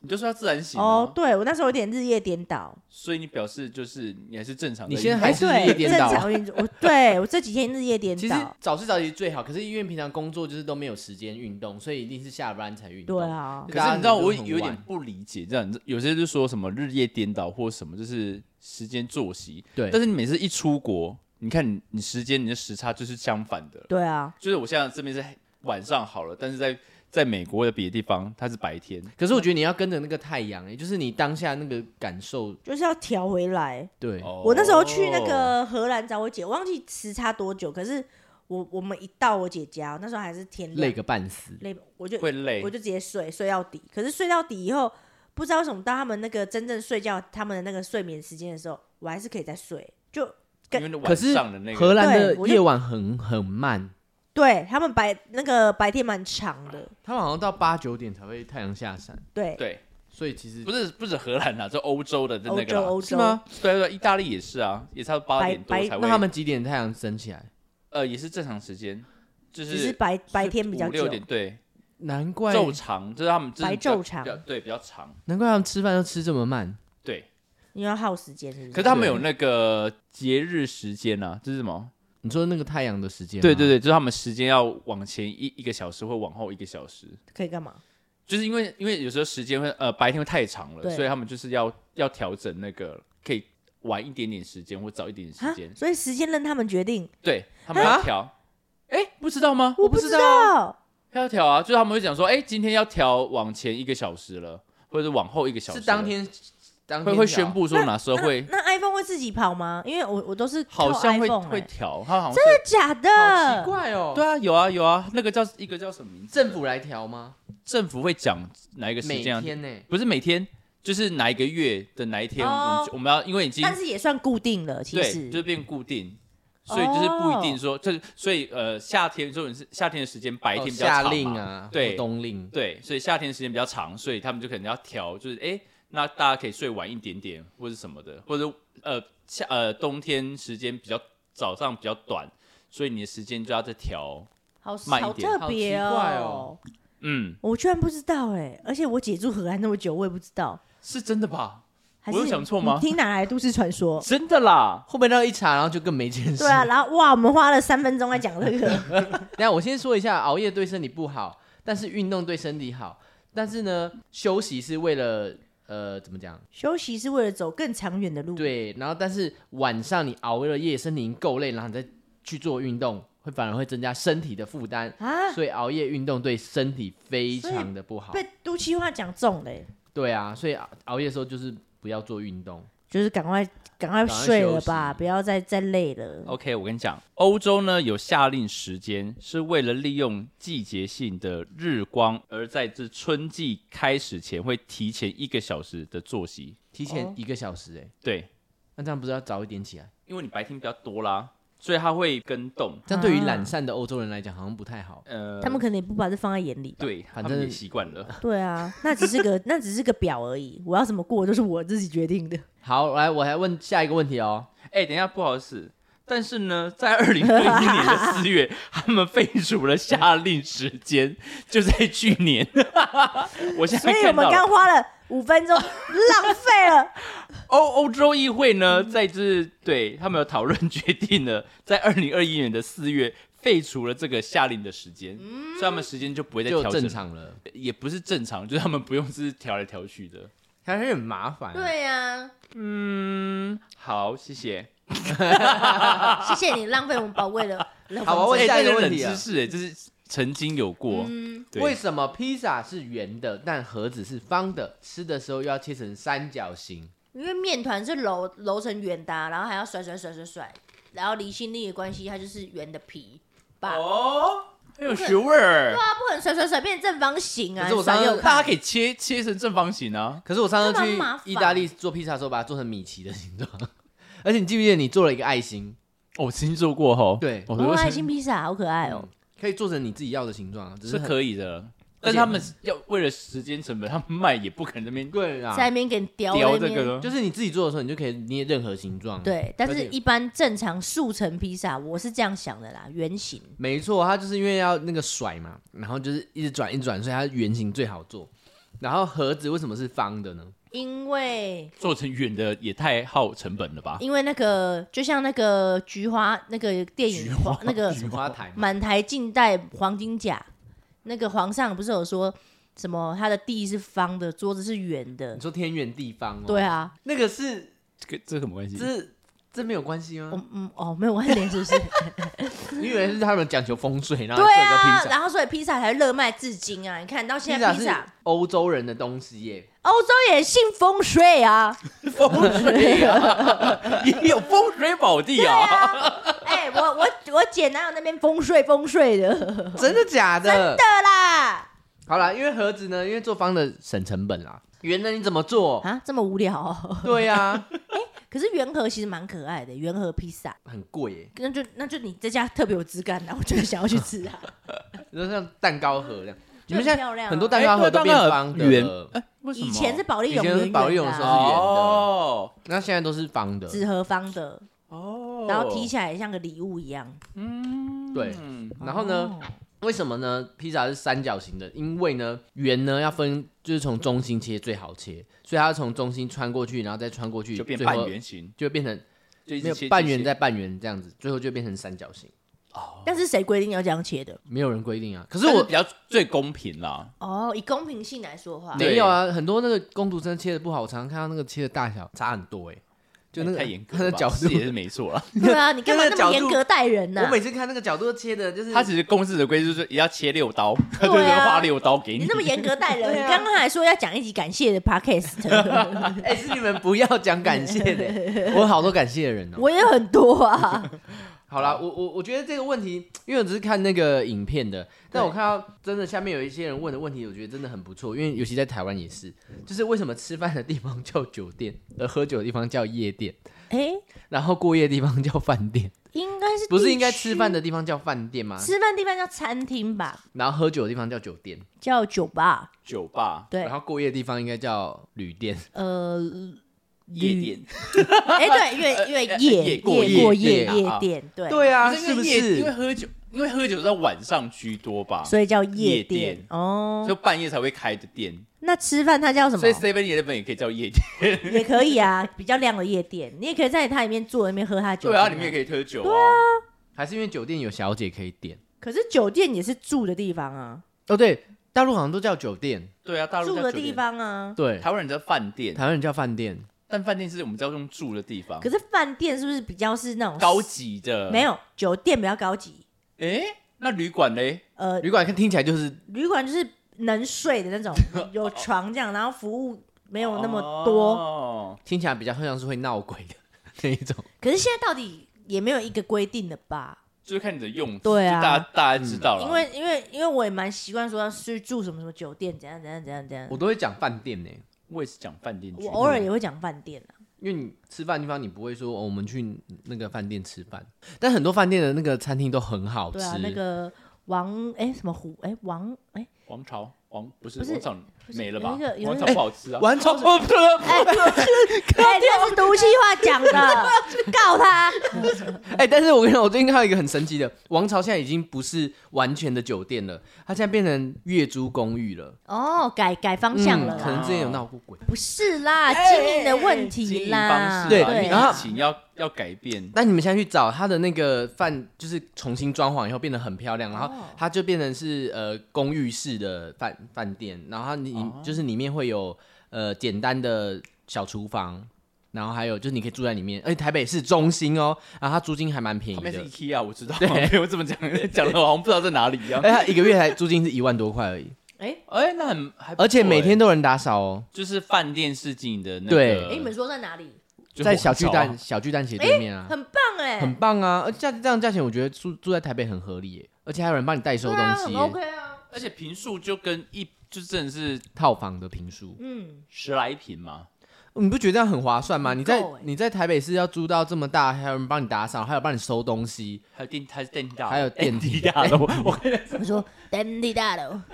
[SPEAKER 2] 你就说要自然醒啊
[SPEAKER 1] 哦，对我那时候有点日夜颠倒，
[SPEAKER 2] 所以你表示就是你还是正常的运动。
[SPEAKER 3] 你现在还
[SPEAKER 1] 哎
[SPEAKER 3] 是日
[SPEAKER 1] 对，
[SPEAKER 3] 夜颠
[SPEAKER 1] 正
[SPEAKER 3] 倒
[SPEAKER 1] 常运动，我对我这几天日夜颠
[SPEAKER 3] 其实
[SPEAKER 1] 倒，
[SPEAKER 3] 早睡早起最好，可是因为平常工作就是都没有时间运动，所以一定是下班才运动。
[SPEAKER 1] 对啊，
[SPEAKER 2] 哎可是你知道，我
[SPEAKER 3] 大家很
[SPEAKER 2] 有点不理解，这样有些就说什么日夜颠倒或什么，就是时间作息。
[SPEAKER 3] 对
[SPEAKER 2] 但是你每次一出国，你看你你时间你的时差就是相反的，
[SPEAKER 1] 对啊，
[SPEAKER 2] 就是我现在这边是晚上好了，但是在在美国的别的地方它是白天。
[SPEAKER 3] 可是我觉得你要跟着那个太阳，也欸就是你当下那个感受。
[SPEAKER 1] 就是要调回来。
[SPEAKER 3] 对，
[SPEAKER 2] 哦
[SPEAKER 1] 我那时候去那个荷兰找我姐，我忘记时差多久，可是我我们一到我姐家，那时候还是天亮
[SPEAKER 3] 累个半死。
[SPEAKER 1] 累，我就
[SPEAKER 2] 会累
[SPEAKER 1] 我，就直接睡睡到底。可是睡到底以后，不知道为什么到他们那个真正睡觉他们的那个睡眠时间的时候，我还是可以再睡。就跟
[SPEAKER 2] 因为
[SPEAKER 3] 可
[SPEAKER 2] 晚
[SPEAKER 3] 是
[SPEAKER 2] 上的那
[SPEAKER 3] 荷
[SPEAKER 2] 个
[SPEAKER 3] 兰的
[SPEAKER 1] 对我就
[SPEAKER 3] 夜晚很很慢，
[SPEAKER 1] 对他们白那个白天蛮长的，
[SPEAKER 3] 他们好像到八九点才会太阳下山，
[SPEAKER 1] 对，
[SPEAKER 2] 对，
[SPEAKER 3] 所以其实
[SPEAKER 2] 不是不是荷兰啦，就欧洲的那
[SPEAKER 1] 欧
[SPEAKER 2] 个
[SPEAKER 1] 洲
[SPEAKER 2] 啦
[SPEAKER 1] 欧
[SPEAKER 2] 是
[SPEAKER 1] 洲
[SPEAKER 2] 吗？对对，对意大利也是啊，也差不多八
[SPEAKER 1] 白
[SPEAKER 2] 点多
[SPEAKER 1] 白
[SPEAKER 2] 才
[SPEAKER 3] 那他
[SPEAKER 2] 会，
[SPEAKER 3] 们几点太阳升起来？
[SPEAKER 2] 呃，也是正常时间，就
[SPEAKER 1] 只是
[SPEAKER 2] 是
[SPEAKER 1] 白白天比较
[SPEAKER 2] 五六
[SPEAKER 1] 久，
[SPEAKER 2] 点对。
[SPEAKER 3] 难怪
[SPEAKER 2] 昼长，就是他们就是
[SPEAKER 1] 白
[SPEAKER 2] 比较
[SPEAKER 1] 昼长
[SPEAKER 2] 比较对，比较长，
[SPEAKER 3] 难怪他们吃饭都吃这么慢。
[SPEAKER 2] 对。
[SPEAKER 1] 因为要耗时间，是不
[SPEAKER 2] 可是他们有那个节日时间啊，这是什么？
[SPEAKER 3] 你说那个太阳的时间？
[SPEAKER 2] 对对，对，就是他们时间要往前一一个小时或往后一个小时，
[SPEAKER 1] 可以干嘛？
[SPEAKER 2] 就是因为因为有时候时间会呃白天会太长了，
[SPEAKER 1] 对
[SPEAKER 2] 所以他们就是要要调整那个可以晚一点点时间或早一点点
[SPEAKER 1] 啊
[SPEAKER 2] 时间，，
[SPEAKER 1] 所以时间任他们决定，
[SPEAKER 2] 对他们要
[SPEAKER 3] 啊
[SPEAKER 2] 调。哎、不知道吗？
[SPEAKER 1] 我不知道。
[SPEAKER 2] 他要调啊，就是他们会讲说，哎、今天要调往前一个小时了，或者是往后一个小时了，
[SPEAKER 3] 是当天当
[SPEAKER 2] 会
[SPEAKER 3] 天
[SPEAKER 2] 会
[SPEAKER 3] 调
[SPEAKER 2] 宣。布说哪时候会
[SPEAKER 1] 那 iPhone 会自己跑吗？因为我我都是
[SPEAKER 2] 好
[SPEAKER 1] 靠
[SPEAKER 2] 像会
[SPEAKER 1] iPhone
[SPEAKER 2] 会
[SPEAKER 1] 欸
[SPEAKER 2] 调，它好像
[SPEAKER 1] 真
[SPEAKER 2] 是
[SPEAKER 1] 的假
[SPEAKER 3] 好
[SPEAKER 1] 的？
[SPEAKER 3] 奇怪哦，
[SPEAKER 2] 对啊，有啊有啊，那个叫一个叫什么名字？
[SPEAKER 3] 政府来调吗？
[SPEAKER 2] 政府会讲哪一个时
[SPEAKER 3] 每
[SPEAKER 2] 间啊？
[SPEAKER 3] 天呢？
[SPEAKER 2] 不是每天，就是哪一个月的哪一天，
[SPEAKER 1] 哦
[SPEAKER 2] 我们就我们要因为已经
[SPEAKER 1] 但是也算固定了，其
[SPEAKER 2] 对，
[SPEAKER 1] 实
[SPEAKER 2] 就是变固定，
[SPEAKER 3] 哦
[SPEAKER 2] 所以就是不一定说，就是所以呃，夏天说你是夏天的时间白天
[SPEAKER 3] 哦
[SPEAKER 2] 比较长
[SPEAKER 3] 夏
[SPEAKER 2] 嘛
[SPEAKER 3] 令啊，
[SPEAKER 2] 对
[SPEAKER 3] 或冬令。
[SPEAKER 2] 对，所以夏天时间比较长，所以他们就可能要调，就是哎。那大家可以睡晚一点点，或者什么的，或者呃夏呃冬天时间比较早上比较短，所以你的时间就要再调。
[SPEAKER 1] 好
[SPEAKER 2] 慢一
[SPEAKER 1] 好
[SPEAKER 2] 点
[SPEAKER 1] 特别
[SPEAKER 3] 好奇怪哦
[SPEAKER 2] 嗯，
[SPEAKER 1] 我居然不知道哎、而且我姐住荷兰那么久，我也不知道。
[SPEAKER 2] 是真的吧？
[SPEAKER 1] 还
[SPEAKER 2] 我有
[SPEAKER 1] 是
[SPEAKER 2] 讲错吗？
[SPEAKER 1] 你听哪来的都市传说
[SPEAKER 2] 真的啦，
[SPEAKER 3] 后面那一查，然后就更没见识。
[SPEAKER 1] 对啊，然后哇，我们花了三分钟在讲这个。
[SPEAKER 3] 等一下我先说一下，熬夜对身体不好，但是运动对身体好。但是呢，休息是为了呃怎么讲？
[SPEAKER 1] 休息是为了走更长远的路。，
[SPEAKER 3] 对，然后但是晚上你熬了夜，身体已经够累，然后你再去做运动，会反而会增加身体的负担。
[SPEAKER 1] 啊，
[SPEAKER 3] 所以熬夜运动对身体非常的不好。
[SPEAKER 1] 被都气话讲中欸嘞、
[SPEAKER 3] 对啊，所以熬熬夜的时候就是不要做运动。
[SPEAKER 1] 就是赶快赶快
[SPEAKER 3] 赶快
[SPEAKER 1] 睡
[SPEAKER 3] 休
[SPEAKER 1] 了
[SPEAKER 3] 息
[SPEAKER 1] 吧，不要再再累了。
[SPEAKER 2] OK，我跟你讲，欧洲呢有下令时间，是为了利用季节性的日光，而在这春季开始前会提前一个小时的作息。
[SPEAKER 3] 提前一个小时、欸，哎、
[SPEAKER 2] 对，
[SPEAKER 3] 那这样不是要早一点起来？
[SPEAKER 2] 因为你白天比较多啦，所以它会跟动。
[SPEAKER 3] 这样对于懒
[SPEAKER 1] 啊
[SPEAKER 3] 散的欧洲人来讲，好像不太好。
[SPEAKER 2] 呃，
[SPEAKER 1] 他们可能也不把这放在眼里吧。
[SPEAKER 2] 对，
[SPEAKER 3] 反
[SPEAKER 2] 他们也
[SPEAKER 3] 正
[SPEAKER 2] 习惯 了。
[SPEAKER 1] 对啊，那只是个那只是个表而已，我要怎么过都是我自己决定的。
[SPEAKER 3] 好，来，我还问下一个问题哦。
[SPEAKER 2] 哎、等一下，不好意思。但是呢，在二零二一年 的四月，他们废除了夏令时间，就在去年。 我现
[SPEAKER 1] 所
[SPEAKER 2] 在
[SPEAKER 1] 以我
[SPEAKER 2] 看
[SPEAKER 1] 们
[SPEAKER 2] 到了
[SPEAKER 1] 刚花了五分钟，浪费 了。
[SPEAKER 2] 欧欧洲议会呢，
[SPEAKER 3] 嗯
[SPEAKER 2] 在这对他们有讨论决定了，在二零二一年的四月废除了这个夏令的时间，所以他们时间就不会再
[SPEAKER 3] 嗯就
[SPEAKER 2] 调整，
[SPEAKER 3] 正，常了，
[SPEAKER 2] 也不是正常，就是他们不用是调来调去的。
[SPEAKER 3] 还是很麻烦、，啊
[SPEAKER 1] 呀、
[SPEAKER 2] 嗯，好，谢谢。
[SPEAKER 1] 谢谢你浪费我们宝贵的热
[SPEAKER 3] 好啊我
[SPEAKER 1] 风筝
[SPEAKER 3] 问下一个
[SPEAKER 2] 这是
[SPEAKER 3] 问题啊
[SPEAKER 2] 冷知识哎、这是曾经有过，
[SPEAKER 1] 嗯，
[SPEAKER 2] 对
[SPEAKER 3] 为什么披萨是圆的，但盒子是方的？吃的时候要切成三角形。
[SPEAKER 1] 因为面团是揉揉成圆的啊、然后还要甩甩甩甩甩，然后离心力的关系，它就是圆的皮吧。
[SPEAKER 2] 哦，很有学问儿。
[SPEAKER 1] 它不可能甩甩甩变成正方形啊！
[SPEAKER 3] 可是我
[SPEAKER 1] 甩
[SPEAKER 3] 上次
[SPEAKER 1] 右
[SPEAKER 2] 大
[SPEAKER 1] 看
[SPEAKER 2] 家可以切切成正方形啊。
[SPEAKER 3] 可是我上次
[SPEAKER 1] 这
[SPEAKER 3] 去
[SPEAKER 1] 蛮麻烦
[SPEAKER 3] 意大利做披萨的时候，把它做成米奇的形状， 而且你记不记得你做了一个爱心，
[SPEAKER 2] 哦，我曾经做过吼，
[SPEAKER 3] 对
[SPEAKER 2] 我
[SPEAKER 1] 哦，爱心披萨好可爱哦、
[SPEAKER 3] 嗯可以做成你自己要的形状啊，只
[SPEAKER 2] 是
[SPEAKER 3] 是很
[SPEAKER 2] 可以的，但是他们要为了时间成本，他们卖也不可能那边
[SPEAKER 3] 贵啊。
[SPEAKER 1] 在那边给你雕在
[SPEAKER 2] 雕
[SPEAKER 1] 那
[SPEAKER 2] 这
[SPEAKER 1] 边
[SPEAKER 2] 个呢。
[SPEAKER 3] 就是你自己做的时候，你就可以捏任何形状。，
[SPEAKER 1] 对，但
[SPEAKER 3] 而
[SPEAKER 1] 是
[SPEAKER 3] 且
[SPEAKER 1] 一般正常速成披萨，我是这样想的啦，圆形。
[SPEAKER 3] 没错，它就是因为要那个甩嘛，然后就是一直转一直转，所以它圆形最好做。然后盒子为什么是方的呢？
[SPEAKER 1] 因为
[SPEAKER 2] 做成远的也太耗成本了吧？
[SPEAKER 1] 因为那个就像那个菊花那个电影黄那个
[SPEAKER 3] 菊花台嘛，
[SPEAKER 1] 满台尽带黄金甲，那个皇上不是有说什么他的地是方的，桌子是圆的
[SPEAKER 3] 你，说天圆地方哦？
[SPEAKER 1] 对，啊，
[SPEAKER 3] 那个是
[SPEAKER 2] 这个这什么关系？
[SPEAKER 3] 这这没有关系
[SPEAKER 1] 我
[SPEAKER 3] 吗？
[SPEAKER 1] 嗯哦没有关联 是不是？
[SPEAKER 3] 你以为是他们讲求风水，然后做
[SPEAKER 1] 对
[SPEAKER 3] 一个
[SPEAKER 1] 啊，
[SPEAKER 3] 披萨？
[SPEAKER 1] 然后所以披萨才热卖至今啊！你看到现在披
[SPEAKER 3] 是
[SPEAKER 1] 萨，
[SPEAKER 3] 欧洲人的东西耶，
[SPEAKER 1] 欧洲也信风水 啊，
[SPEAKER 2] 风 水啊，也有风水宝地啊。
[SPEAKER 1] 哎、我我我姐哪有那边风水风水的？
[SPEAKER 3] 真的假的？
[SPEAKER 1] 嗯真的啦！
[SPEAKER 3] 好啦，因为盒子呢，因为做方的省成本啊啦。圆的你怎 么做？
[SPEAKER 1] 啊，这么无聊、 哦。
[SPEAKER 3] 对啊呀，
[SPEAKER 1] 可是圆盒其实蛮可爱的，圆盒披萨，
[SPEAKER 3] 很贵耶，
[SPEAKER 1] 那就那就你在家特别有质感啦，啊我就是想要去吃 啊。
[SPEAKER 3] 就像蛋糕盒这样。你
[SPEAKER 1] 就很
[SPEAKER 3] 们现
[SPEAKER 1] 漂亮
[SPEAKER 3] 在
[SPEAKER 1] 啊
[SPEAKER 3] 很多蛋糕盒都变
[SPEAKER 2] 哎对
[SPEAKER 3] 方的
[SPEAKER 2] 圆
[SPEAKER 3] 了，
[SPEAKER 2] 哎，为什么
[SPEAKER 1] 以前是保利
[SPEAKER 3] 以
[SPEAKER 1] 龙
[SPEAKER 3] 前是
[SPEAKER 1] 圆圆
[SPEAKER 3] 保利
[SPEAKER 1] 的
[SPEAKER 3] 龙的时候
[SPEAKER 1] 啊，
[SPEAKER 2] 哦
[SPEAKER 3] 那现在都是方的。
[SPEAKER 1] 纸盒方的，
[SPEAKER 2] 哦，嗯
[SPEAKER 1] 然后提起来像个礼物一样。
[SPEAKER 3] 对，然后呢？为什么呢？披萨是三角形的，因为呢，圆呢要分，就是从中心切最好切，所以它要从中心穿过去，然后再穿过去，
[SPEAKER 2] 就变
[SPEAKER 3] 最后
[SPEAKER 2] 半圆，形，
[SPEAKER 3] 就变成
[SPEAKER 2] 就一直
[SPEAKER 3] 没有
[SPEAKER 2] 切
[SPEAKER 3] 半圆。
[SPEAKER 2] 一直
[SPEAKER 3] 再
[SPEAKER 2] 切
[SPEAKER 3] 半圆这样子，最后就变成三角形。
[SPEAKER 1] 哦但是谁规定要这样切的？
[SPEAKER 3] 没有人规定啊，可
[SPEAKER 2] 可
[SPEAKER 3] 是
[SPEAKER 2] 是我
[SPEAKER 3] 我
[SPEAKER 2] 比较最公平啦，
[SPEAKER 1] 哦，以公平性来说话，
[SPEAKER 2] 对
[SPEAKER 3] 没有啊，很多那个工读生切的不好，我常常看到那个切的大小差很多哎、就那个
[SPEAKER 2] 太严格
[SPEAKER 3] 他
[SPEAKER 2] 了
[SPEAKER 3] 的
[SPEAKER 2] 吧，
[SPEAKER 3] 角度
[SPEAKER 2] 是，也 是没错啦。
[SPEAKER 1] 对啊，你干嘛
[SPEAKER 3] 那个
[SPEAKER 1] 那么
[SPEAKER 3] 角
[SPEAKER 1] 严
[SPEAKER 3] 度
[SPEAKER 1] 格待人呢
[SPEAKER 3] 我？每次看那个角度切的， 就是
[SPEAKER 2] 他其实公司的规矩就是也要切六刀，他
[SPEAKER 1] 啊
[SPEAKER 2] 就是花六刀给
[SPEAKER 1] 你那么严格待人，
[SPEAKER 3] 对
[SPEAKER 1] 你
[SPEAKER 3] 啊
[SPEAKER 1] 刚刚还说要讲一集感谢的 podcast，
[SPEAKER 3] 哎、是你们不要讲感谢的欸、我有好多感谢的人哦、
[SPEAKER 1] 我也很多啊。
[SPEAKER 3] 好啦，我我我觉得这个问题，因为我只是看那个影片的，但我看到真的下面有一些人问的问题，我觉得真的很不错，因为尤其在台湾也是，就是为什么吃饭的地方叫酒店，而喝酒的地方叫夜店，
[SPEAKER 1] 哎，
[SPEAKER 3] 然后过夜的地方叫饭店，
[SPEAKER 1] 应该是
[SPEAKER 3] 不是
[SPEAKER 1] 地
[SPEAKER 3] 应该吃饭
[SPEAKER 1] 区
[SPEAKER 3] 的地方叫饭店吗？
[SPEAKER 1] 吃饭地方叫餐厅吧，
[SPEAKER 3] 然后喝酒的地方叫酒店，
[SPEAKER 1] 叫酒吧，
[SPEAKER 2] 酒吧、
[SPEAKER 1] 对
[SPEAKER 3] 然，后过夜的地方应该叫旅店。
[SPEAKER 1] 呃，
[SPEAKER 2] 夜
[SPEAKER 1] 旅
[SPEAKER 2] 店，
[SPEAKER 1] 哎，对， 越越夜
[SPEAKER 2] 夜
[SPEAKER 3] 过
[SPEAKER 1] 夜过夜
[SPEAKER 3] 夜店
[SPEAKER 1] 夜
[SPEAKER 2] 啊
[SPEAKER 1] 店，对，
[SPEAKER 3] 对啊，
[SPEAKER 2] 是
[SPEAKER 3] 是
[SPEAKER 2] 因
[SPEAKER 3] 不
[SPEAKER 2] 为夜因为
[SPEAKER 3] 是？
[SPEAKER 2] 喝酒，因为喝酒在晚上居多吧，
[SPEAKER 1] 所以叫
[SPEAKER 2] 啊夜
[SPEAKER 1] 夜
[SPEAKER 2] 店
[SPEAKER 1] 店哦
[SPEAKER 2] 就。半夜才会开的店，
[SPEAKER 1] 那吃饭它叫什么
[SPEAKER 2] 所以？Seven Eleven 也可以叫夜店。
[SPEAKER 1] 也可以啊，比较亮的夜店，你也可以在它里面坐，那边喝它酒。
[SPEAKER 2] 对啊，你们也可以喝酒啊。
[SPEAKER 3] 还是因为酒店有小姐可以点？
[SPEAKER 1] 可是酒店也是住的地方啊，
[SPEAKER 3] 哦，对，大陆好像都叫酒店，
[SPEAKER 2] 对啊，大陆
[SPEAKER 1] 住
[SPEAKER 2] 叫
[SPEAKER 1] 的
[SPEAKER 2] 酒
[SPEAKER 1] 地
[SPEAKER 2] 店，
[SPEAKER 1] 方啊。
[SPEAKER 3] 对，
[SPEAKER 2] 台湾人叫饭店，
[SPEAKER 3] 台湾人叫饭店。
[SPEAKER 2] 但饭店是我们叫用住的地方
[SPEAKER 1] 可，是饭店是不是比较是那种
[SPEAKER 2] 高？级的
[SPEAKER 1] 没。有，酒店比较高级。
[SPEAKER 2] 哎，那旅馆嘞？
[SPEAKER 1] 呃，
[SPEAKER 3] 旅馆看听起来就是
[SPEAKER 1] 旅馆就是能睡的那种，有床这样，然后服务没有那么多。
[SPEAKER 2] 哦
[SPEAKER 3] 听起来比较像是会闹鬼的 那一种。
[SPEAKER 1] 可是现在到底也没有一个规定的吧？
[SPEAKER 2] 就是看你的用词，
[SPEAKER 1] 对啊嗯
[SPEAKER 2] 就大大家知道了。
[SPEAKER 1] 因为因为因为我也蛮习惯说要去住什么什么酒店，怎样怎样怎样怎样
[SPEAKER 3] 我。都会讲饭店呢、
[SPEAKER 2] 我也是讲饭店居
[SPEAKER 1] 我
[SPEAKER 2] 多，
[SPEAKER 1] 偶尔也会讲饭店啊，
[SPEAKER 3] 因为你吃饭的地方你不会说、哦、我们去那个饭店吃饭，但很多饭店的那个餐厅都很好吃。
[SPEAKER 1] 对啊，那个王哎、什么虎哎、王哎
[SPEAKER 2] 王朝王不是
[SPEAKER 1] 不是
[SPEAKER 2] 王朝没了吧
[SPEAKER 1] 有一个？有一个
[SPEAKER 2] 王朝不好吃啊，
[SPEAKER 3] 完超不
[SPEAKER 1] 哎哎，这是毒气话讲的，告他。
[SPEAKER 3] 哎、但是我跟你讲，我最近看到一个很神奇的，王朝现在已经不是完全的酒店了，它现在变成月租公寓了。
[SPEAKER 1] 哦，改改方向了
[SPEAKER 3] 嗯
[SPEAKER 1] 啦，
[SPEAKER 3] 可能之前有闹过鬼。
[SPEAKER 1] 不是啦，经营的问
[SPEAKER 2] 哎经
[SPEAKER 1] 题
[SPEAKER 2] 营方
[SPEAKER 1] 啦，
[SPEAKER 2] 式
[SPEAKER 3] 对
[SPEAKER 2] 啊因为
[SPEAKER 3] 然后
[SPEAKER 2] 疫情要要改变，
[SPEAKER 3] 那你们现在去找它的那个饭，就是重新装潢以后变得很漂亮，然后
[SPEAKER 1] 哦
[SPEAKER 3] 它就变成是呃公寓式的饭饭店，然后它里、就是里面会有呃简单的小厨房，然后还有就是你可以住在里面，而且台北市中心哦，然后它租金还蛮便宜
[SPEAKER 2] 旁边
[SPEAKER 3] 的
[SPEAKER 2] 是，IKEA，我知道，
[SPEAKER 3] 对
[SPEAKER 2] 没有这么讲，讲的好像不知道在哪里一样。
[SPEAKER 3] 哎，它一个月还租金是一万多块而已，
[SPEAKER 2] 哎，那很还不错，
[SPEAKER 3] 而且每
[SPEAKER 2] 哎
[SPEAKER 3] 天都有人打扫哦，
[SPEAKER 2] 就是饭店式经营的那个，
[SPEAKER 3] 对
[SPEAKER 1] 哎，你们说在哪里？
[SPEAKER 2] 就
[SPEAKER 3] 在
[SPEAKER 2] 很
[SPEAKER 3] 小巨
[SPEAKER 2] 少啊
[SPEAKER 3] 蛋小巨蛋斜对面啊，
[SPEAKER 1] 很棒哎，
[SPEAKER 3] 很棒啊！而价这样价钱，我觉得住住在台北很合理耶，而且还有人帮你代收
[SPEAKER 1] 对
[SPEAKER 3] 东
[SPEAKER 1] 啊，
[SPEAKER 3] 西
[SPEAKER 1] 很
[SPEAKER 3] 耶、
[SPEAKER 1] OK 啊，
[SPEAKER 2] 而且平数就跟一就真的是
[SPEAKER 3] 套房的平数，
[SPEAKER 1] 嗯，
[SPEAKER 2] 十来平嘛，
[SPEAKER 3] 你不觉得这样很划算吗？你在
[SPEAKER 1] 很够欸耶
[SPEAKER 3] 你在台北市要租到这么大，还有人帮你打扫，还有帮你收东西，
[SPEAKER 2] 还有电还是电梯大楼，哎
[SPEAKER 3] 还有电梯
[SPEAKER 2] 大楼，我
[SPEAKER 1] 我说等你大 楼啊，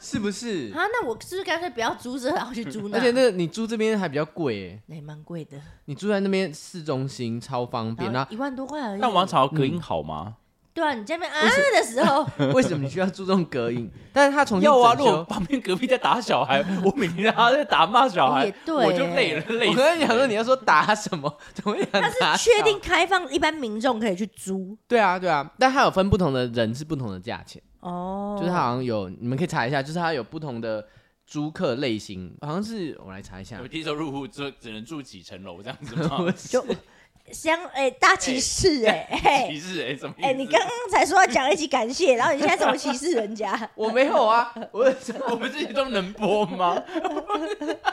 [SPEAKER 3] 是不 是？
[SPEAKER 1] 那我是不是干脆不要租这，然后去租那？
[SPEAKER 3] 而且那个你住这边还比较贵耶，
[SPEAKER 1] 那也蛮贵的，
[SPEAKER 3] 你住在那边市中心超方便。
[SPEAKER 1] 然
[SPEAKER 3] 那
[SPEAKER 1] 后一万多块而已。
[SPEAKER 2] 但王朝隔音好吗？
[SPEAKER 1] 对啊，你这边啊的时候，
[SPEAKER 3] 为什么你需要注重隔音？但是他重新
[SPEAKER 2] 要啊！
[SPEAKER 3] 整
[SPEAKER 2] 如
[SPEAKER 3] 修
[SPEAKER 2] 果旁边隔壁在打小 孩，我每天让他在打骂小孩
[SPEAKER 1] 也，对
[SPEAKER 2] 我就累了，累
[SPEAKER 3] 我
[SPEAKER 2] 死。
[SPEAKER 3] 跟你讲说你要说打什么，怎么样打扫？
[SPEAKER 1] 它是确定开放一般民众可以去租
[SPEAKER 3] 对啊对啊，但它有分不同的人是不同的价钱。
[SPEAKER 1] 哦，
[SPEAKER 3] 就是它好像有，你们可以查一下，就是它有不同的租客类型，好像是我来查一下
[SPEAKER 2] 我，低收入户只只能住几层楼这样子 吗？
[SPEAKER 1] 就相哎、大歧视哎、哎
[SPEAKER 2] 歧视哎，什么意思？
[SPEAKER 1] 哎，你刚刚才说要讲一起感谢，然后你现在怎么歧视人 家？
[SPEAKER 3] 我没有啊，我是
[SPEAKER 2] 我们这些都能播吗？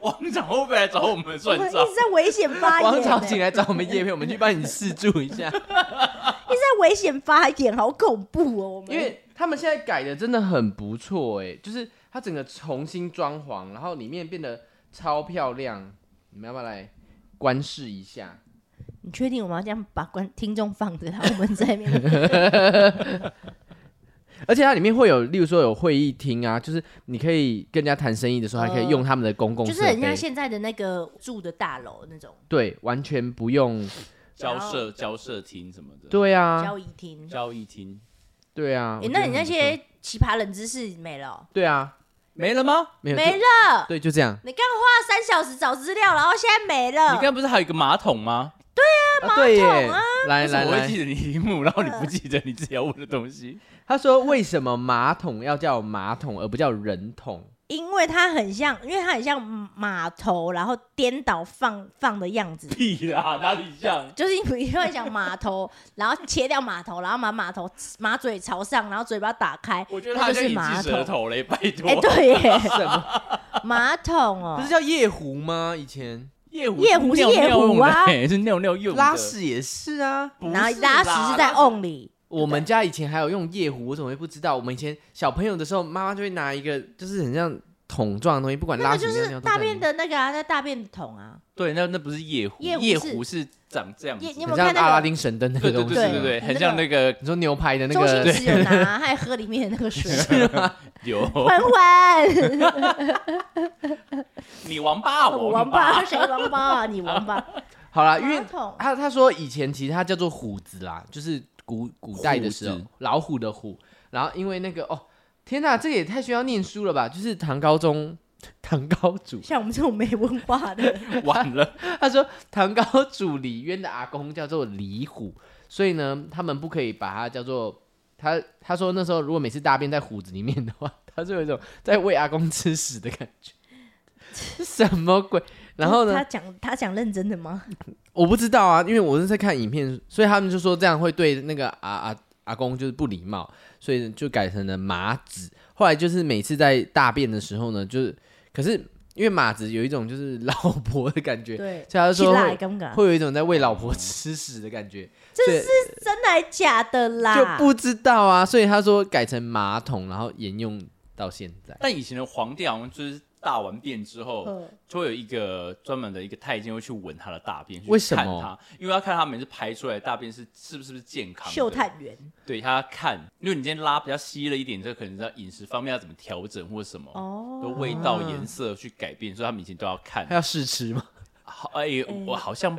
[SPEAKER 2] 王长会不会来找我们
[SPEAKER 1] 我
[SPEAKER 2] 算
[SPEAKER 1] 们一
[SPEAKER 2] 账？
[SPEAKER 1] 直在危险 发言、
[SPEAKER 3] 王朝
[SPEAKER 1] 哎
[SPEAKER 3] 请来找我们叶片，我们去帮你试住一 下，
[SPEAKER 1] 一直在危险发言，好恐怖哦！我们
[SPEAKER 3] 因为他们现在改的真的很不错哎、就是它整个重新装潢，然后里面变得超漂亮，你们要不要来观视一下？
[SPEAKER 1] 你确定我们要这样把观听众放着，然后我们在那边
[SPEAKER 3] 而且它里面会有，例如说有会议厅啊，就是你可以跟人家谈生意的时候，还可以用他们的公共
[SPEAKER 1] 哦就
[SPEAKER 3] 设
[SPEAKER 1] 是很
[SPEAKER 3] 备
[SPEAKER 1] 像，现在的那个住的大楼那种
[SPEAKER 3] 对，完全不用，
[SPEAKER 2] 交涉交涉厅什么的，
[SPEAKER 3] 对啊，
[SPEAKER 1] 交易厅。
[SPEAKER 2] 交易厅
[SPEAKER 3] 对啊
[SPEAKER 1] 哎、，
[SPEAKER 3] 我觉得
[SPEAKER 1] 那你那
[SPEAKER 3] 很不错
[SPEAKER 1] 些奇葩冷知识没了哦、
[SPEAKER 3] 对啊，
[SPEAKER 2] 没了吗？
[SPEAKER 3] 没有
[SPEAKER 1] 没
[SPEAKER 3] 就
[SPEAKER 1] 了。
[SPEAKER 3] 对，就这样。
[SPEAKER 1] 你刚花了三小时找资料，然后现在没了。
[SPEAKER 2] 你刚刚不是还有一个马桶吗？
[SPEAKER 3] 啊对耶
[SPEAKER 1] 桶啊，
[SPEAKER 3] 来
[SPEAKER 2] 为什
[SPEAKER 3] 来
[SPEAKER 2] 么我会
[SPEAKER 3] 来，
[SPEAKER 2] 记得你题
[SPEAKER 1] 嗯
[SPEAKER 2] 目，然后你不记得你自己要问的 东西？
[SPEAKER 3] 他说为什么马桶要叫马桶而不叫人桶？
[SPEAKER 1] 因为它很像，因为它很像马头，然后颠倒放放的样子，
[SPEAKER 2] 屁啦，哪里像？
[SPEAKER 1] 就是你你会想马头，然后切掉马头，然后把马头马嘴朝上，然后嘴巴打开，
[SPEAKER 2] 我觉得
[SPEAKER 1] 它
[SPEAKER 2] 他
[SPEAKER 1] 就
[SPEAKER 2] 像
[SPEAKER 1] 是
[SPEAKER 2] 你
[SPEAKER 1] 马
[SPEAKER 2] 记
[SPEAKER 1] 桶
[SPEAKER 2] 舌。头嘞，拜托。
[SPEAKER 1] 哎、对耶，
[SPEAKER 3] 什么？
[SPEAKER 1] 马桶哦
[SPEAKER 3] 不是，叫夜壶吗？以前
[SPEAKER 2] 夜壶
[SPEAKER 1] 夜壶是
[SPEAKER 2] 尿
[SPEAKER 1] 夜
[SPEAKER 2] 尿
[SPEAKER 1] 壶
[SPEAKER 2] 用的
[SPEAKER 1] 啊
[SPEAKER 2] 欸 是尿尿用的
[SPEAKER 3] 拉屎也是啊。
[SPEAKER 2] 不
[SPEAKER 1] 然后
[SPEAKER 2] 是
[SPEAKER 1] 拉
[SPEAKER 2] 啦
[SPEAKER 1] 屎是在
[SPEAKER 2] 拉
[SPEAKER 1] on 里，
[SPEAKER 3] 我们家以前还有用夜壶，我怎么会不知道？我们以前小朋友的时候，妈妈就会拿一个就是很像桶状的东西，不管
[SPEAKER 1] 那
[SPEAKER 3] 拉
[SPEAKER 1] 个
[SPEAKER 3] 屎
[SPEAKER 1] 就
[SPEAKER 3] 尿
[SPEAKER 1] 是
[SPEAKER 3] 尿
[SPEAKER 1] 大便
[SPEAKER 3] 的，
[SPEAKER 1] 的那个啊，那大便桶啊。
[SPEAKER 2] 对，那那不是夜壶，
[SPEAKER 1] 夜壶
[SPEAKER 2] 夜
[SPEAKER 1] 是
[SPEAKER 2] 壶是长这样子
[SPEAKER 1] 夜
[SPEAKER 2] 的，
[SPEAKER 1] 你有没
[SPEAKER 3] 很
[SPEAKER 1] 有
[SPEAKER 3] 像
[SPEAKER 1] 看
[SPEAKER 3] 阿拉
[SPEAKER 1] 那个？
[SPEAKER 3] 丁神灯那
[SPEAKER 2] 对
[SPEAKER 3] 个
[SPEAKER 2] 对
[SPEAKER 3] 东西。
[SPEAKER 2] 对对对对，很像那个
[SPEAKER 3] 你说牛排的那
[SPEAKER 1] 周星
[SPEAKER 3] 个，
[SPEAKER 1] 驰有拿，还喝里面的那个水。
[SPEAKER 2] 有
[SPEAKER 3] 哦
[SPEAKER 1] 欢 欢，
[SPEAKER 2] 你王八，
[SPEAKER 1] 我
[SPEAKER 2] 王
[SPEAKER 1] 王八，谁王八啊？你王八，
[SPEAKER 3] 好啦，因为
[SPEAKER 1] 马桶。
[SPEAKER 3] 他他说以前其实它叫做虎子啦，就是古古代的时候
[SPEAKER 2] 虎子
[SPEAKER 3] 老虎的虎。然后因为那个哦，天哪，这个也太需要念书了吧？就是唐高宗唐高祖，
[SPEAKER 1] 像我们这种没文化的，
[SPEAKER 2] 完了，
[SPEAKER 3] 他说唐高祖李渊的阿公叫做李虎，所以呢，他们不可以把它叫做他。他说那时候如果每次大便在虎子里面的话，他就有一种在喂阿公吃屎的感 觉。这什么鬼？ 然后呢？
[SPEAKER 1] 他讲他讲认真的吗？
[SPEAKER 3] 我不知道啊，因为我是在看影片，所以他们就说这样会对那个阿阿阿公就是不礼貌，所以就改成了马子。后来就是每次在大便的时候呢，就是可是因为马子有一种就是老婆的感觉，所
[SPEAKER 1] 对
[SPEAKER 3] 以，他就
[SPEAKER 1] 起
[SPEAKER 3] 说
[SPEAKER 1] 来
[SPEAKER 3] 会
[SPEAKER 1] 敢不敢？
[SPEAKER 3] 会有一种在喂老婆吃屎的感觉，
[SPEAKER 1] 这
[SPEAKER 3] 所以
[SPEAKER 1] 是真的还假的啦？
[SPEAKER 3] 就不知道啊，所以他说改成马桶，然后沿用到现在。
[SPEAKER 2] 但以前的皇帝好像就是大完便之后，
[SPEAKER 1] 呃
[SPEAKER 2] 就会有一个专门的一个太监会去闻他的大便，去
[SPEAKER 3] 为什么
[SPEAKER 2] 看他？因为要看他每次排出来的大便是是不是不是健康的。
[SPEAKER 1] 秀探员
[SPEAKER 2] 对他看，因为你今天拉比较稀了一点，这可能在饮食方面要怎么调整或什么。
[SPEAKER 1] 哦
[SPEAKER 2] 的味道、颜色去改变，所以他们以前都要看
[SPEAKER 3] 他。要试吃吗？
[SPEAKER 2] 好，哎、我好像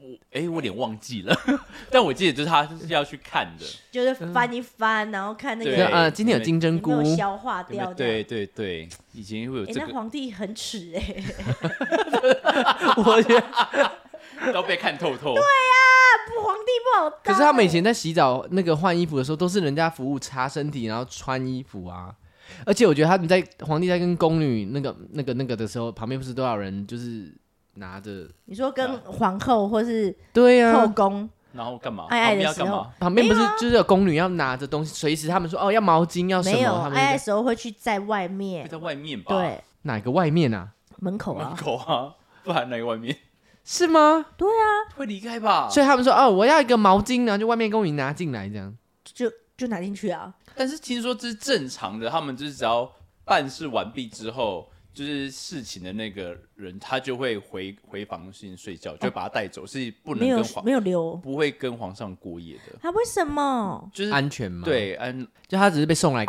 [SPEAKER 2] 我哎、我有点忘记了， 但我记得就是他是要去看的。
[SPEAKER 1] 就是
[SPEAKER 3] 嗯
[SPEAKER 1] 翻一翻，然后看那
[SPEAKER 2] 对
[SPEAKER 3] 就
[SPEAKER 1] 个
[SPEAKER 3] 呃，今天有金
[SPEAKER 1] 有
[SPEAKER 3] 针
[SPEAKER 1] 没
[SPEAKER 3] 菇
[SPEAKER 1] 有，消化掉。
[SPEAKER 2] 对，对对，以前会有
[SPEAKER 1] 哎，
[SPEAKER 2] 这
[SPEAKER 1] 那
[SPEAKER 2] 个，
[SPEAKER 1] 皇帝很耻哎，
[SPEAKER 3] 我觉得
[SPEAKER 2] 都被看透透。
[SPEAKER 1] 啊不，皇帝不好当。
[SPEAKER 3] 可是他们以前在洗澡那个换衣服的时候，都是人家服务擦身体，然后穿衣服啊。而且我觉得他们在皇帝在跟宫女那个那个那个的时候，旁边不是都有人就是拿着？
[SPEAKER 1] 你说跟皇后或是
[SPEAKER 3] 嗯对呀、
[SPEAKER 1] 后
[SPEAKER 3] 啊，
[SPEAKER 1] 宫，
[SPEAKER 2] 然后干嘛？
[SPEAKER 1] 爱爱
[SPEAKER 2] 旁边
[SPEAKER 1] 的
[SPEAKER 2] 要
[SPEAKER 1] 时
[SPEAKER 2] 干
[SPEAKER 1] 候
[SPEAKER 2] 嘛？
[SPEAKER 3] 旁边不是就是有宫女要拿着东西，随时他们说哦要毛巾要什
[SPEAKER 1] 没有
[SPEAKER 3] 么，他们
[SPEAKER 1] 爱爱的
[SPEAKER 3] 就
[SPEAKER 1] 时候会去在外
[SPEAKER 2] 会
[SPEAKER 1] 面，
[SPEAKER 2] 在外面吧？，
[SPEAKER 1] 对，
[SPEAKER 3] 哪个外面啊？
[SPEAKER 1] 门口
[SPEAKER 2] 门
[SPEAKER 1] 啊，
[SPEAKER 2] 口啊，不然那个外 面
[SPEAKER 3] 是吗？
[SPEAKER 1] 啊
[SPEAKER 2] 会离开吧？
[SPEAKER 3] 所以他们说哦我要一个毛巾，然后就外面宫女拿进来这样。
[SPEAKER 1] 就就拿进去啊。
[SPEAKER 2] 但是听说这是正常的，他们就是只要办事完毕之后，就是事情的那个人他就会回回房先睡觉，就会把他带走，是不
[SPEAKER 1] 哦
[SPEAKER 2] 能
[SPEAKER 1] 没有
[SPEAKER 2] 跟皇
[SPEAKER 1] 没有留，啊
[SPEAKER 2] 不会跟皇上过夜的，
[SPEAKER 1] 他为什么？
[SPEAKER 2] 就是
[SPEAKER 3] 安全吗？，
[SPEAKER 2] 对安
[SPEAKER 3] 就他只是被送来，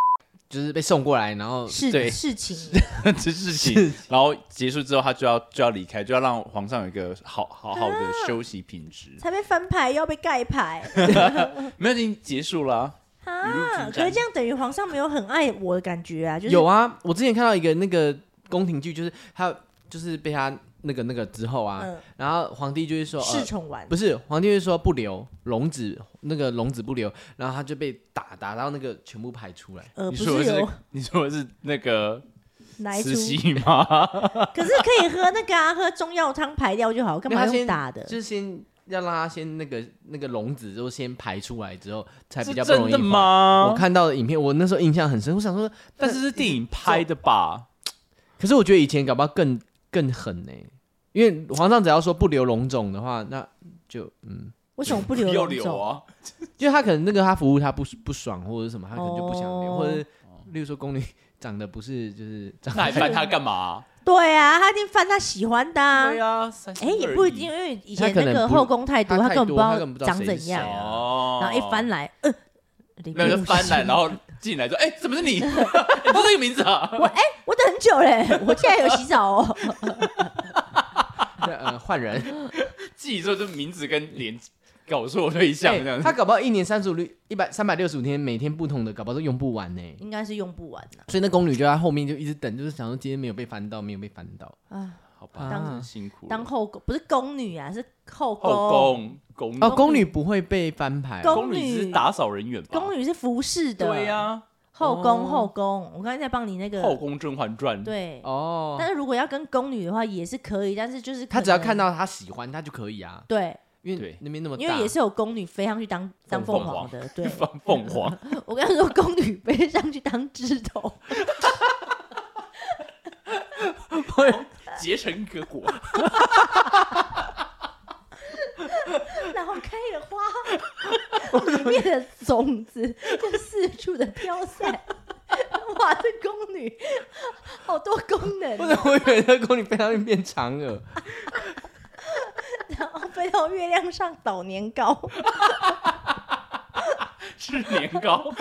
[SPEAKER 3] 就是被送过来，然后
[SPEAKER 1] 事
[SPEAKER 2] 嗯对
[SPEAKER 1] 事情
[SPEAKER 2] 这事情，然后结束之后他就要就要离开，就要让皇上有一个好好好
[SPEAKER 1] 啊
[SPEAKER 2] 的休息品质。
[SPEAKER 1] 才被翻牌，要被盖 牌
[SPEAKER 2] 没有已经结束了啊、雨露均
[SPEAKER 1] 啊！
[SPEAKER 2] 沾
[SPEAKER 1] 可是这样等于皇上没有很爱我的感觉啊，就是
[SPEAKER 3] 有啊，我之前看到一个那个宫廷剧，就是他就是被他那个那个之后啊，
[SPEAKER 1] 嗯
[SPEAKER 3] 然后皇帝就是说，
[SPEAKER 2] 啊
[SPEAKER 1] 恃
[SPEAKER 3] 呃、
[SPEAKER 1] 宠完
[SPEAKER 3] 不是皇帝就是说不留龙子，那个龙子不留，然后他就被打打到那个全部排出来。
[SPEAKER 1] 呃，
[SPEAKER 2] 你
[SPEAKER 1] 不
[SPEAKER 2] 说的
[SPEAKER 1] 是
[SPEAKER 2] 是
[SPEAKER 1] 有
[SPEAKER 2] 你说的是那个
[SPEAKER 1] 哪一出
[SPEAKER 2] 慈？禧 吗？
[SPEAKER 1] 可是可以喝那个啊，喝中药汤排掉就好，干
[SPEAKER 3] 因为
[SPEAKER 1] 嘛
[SPEAKER 3] 他
[SPEAKER 1] 用
[SPEAKER 3] 先
[SPEAKER 1] 打的？
[SPEAKER 3] 就是先要让他先那个那个龙子就先排出来之后，才比
[SPEAKER 2] 是
[SPEAKER 3] 较不
[SPEAKER 2] 真
[SPEAKER 3] 容易
[SPEAKER 2] 的
[SPEAKER 3] 坏？
[SPEAKER 2] 吗？
[SPEAKER 3] 我看到的影片，我那时候印象很深，我想说，
[SPEAKER 1] 呃
[SPEAKER 2] 但是是电影拍的吧？
[SPEAKER 3] 可是我觉得以前搞不好更更狠呢、因为皇上只要说不留龙种的话，那就嗯。
[SPEAKER 1] 为什么不留
[SPEAKER 2] 要
[SPEAKER 1] 龙
[SPEAKER 2] 留
[SPEAKER 1] 种？
[SPEAKER 2] 啊！
[SPEAKER 3] 因为他可能那个他服务他不不爽或者是什么，他可能就不想留，
[SPEAKER 1] 哦
[SPEAKER 3] 或者是例如说宫女长得不是就是长
[SPEAKER 2] 那还翻他干嘛、
[SPEAKER 1] 对啊，他一定翻他喜欢的啊。
[SPEAKER 2] 啊，三
[SPEAKER 1] 哎，也不一定，因为以前
[SPEAKER 3] 他可
[SPEAKER 1] 那
[SPEAKER 3] 能
[SPEAKER 1] 个
[SPEAKER 3] 不
[SPEAKER 1] 后宫太多，
[SPEAKER 3] 他
[SPEAKER 1] 他
[SPEAKER 3] 太
[SPEAKER 1] 根本不
[SPEAKER 3] 多
[SPEAKER 1] 知
[SPEAKER 3] 他根本不知道
[SPEAKER 1] 长
[SPEAKER 3] 谁是
[SPEAKER 1] 怎
[SPEAKER 3] 谁啊
[SPEAKER 1] 样，
[SPEAKER 2] 哦。
[SPEAKER 1] 然后一翻，来，呃，里
[SPEAKER 2] 没有
[SPEAKER 1] 面
[SPEAKER 2] 就
[SPEAKER 1] 有
[SPEAKER 2] 翻来，
[SPEAKER 1] 谁
[SPEAKER 2] 然后进来说：“哎、怎么是你？ 你就这个名字啊
[SPEAKER 1] 我哎，我等很久嘞，我竟然有洗澡哦。
[SPEAKER 3] 对呃换人，？”
[SPEAKER 2] 记说这名字跟脸搞错对象这样
[SPEAKER 3] 欸
[SPEAKER 2] 子。
[SPEAKER 3] 他搞不好一年三十五六一百三百六十五天，每天不同的，搞不好都用不完呢、
[SPEAKER 1] 应该是用不完呐、
[SPEAKER 3] 所以那宫女就在后面就一直等，就是想说今天没有被翻到，没有被翻到。
[SPEAKER 1] 啊。
[SPEAKER 2] 好吧，
[SPEAKER 3] 当
[SPEAKER 2] 真辛苦了
[SPEAKER 1] 当后宫不是宫女啊，是后宫。
[SPEAKER 2] 后宫宫
[SPEAKER 3] 哦，
[SPEAKER 1] 女
[SPEAKER 3] 宫女不会被翻牌哦、
[SPEAKER 1] 宫
[SPEAKER 2] 宫女只是
[SPEAKER 1] 女
[SPEAKER 2] 打扫人员吧？
[SPEAKER 1] 宫女是服侍的，
[SPEAKER 2] 对呀、
[SPEAKER 1] 后宫
[SPEAKER 3] 哦
[SPEAKER 1] 后宫，我刚才在帮你那个
[SPEAKER 2] 后宫《甄嬛传》
[SPEAKER 1] 对。但
[SPEAKER 3] 哦，
[SPEAKER 1] 是如果要跟宫女的话也是可以，但是就是可
[SPEAKER 3] 他只要看
[SPEAKER 1] 能
[SPEAKER 3] 到他喜欢，他就可以啊，
[SPEAKER 1] 对，
[SPEAKER 3] 因为
[SPEAKER 2] 对
[SPEAKER 3] 那边那么大，
[SPEAKER 1] 因为也是有宫女飞上去当当
[SPEAKER 3] 凤
[SPEAKER 1] 凤
[SPEAKER 2] 凰
[SPEAKER 1] 凰的，对
[SPEAKER 2] 放凤凰，
[SPEAKER 1] 我刚刚说宫女飞上去当枝头，
[SPEAKER 2] 结成一个果。
[SPEAKER 1] 然后开了花，里面的种子就四处的飘散。哇，这宫女好多功能哦
[SPEAKER 3] 或，者 我以为在宫里被他们变嫦娥，
[SPEAKER 1] 然后飞到月亮上捣年糕，
[SPEAKER 2] 吃年糕，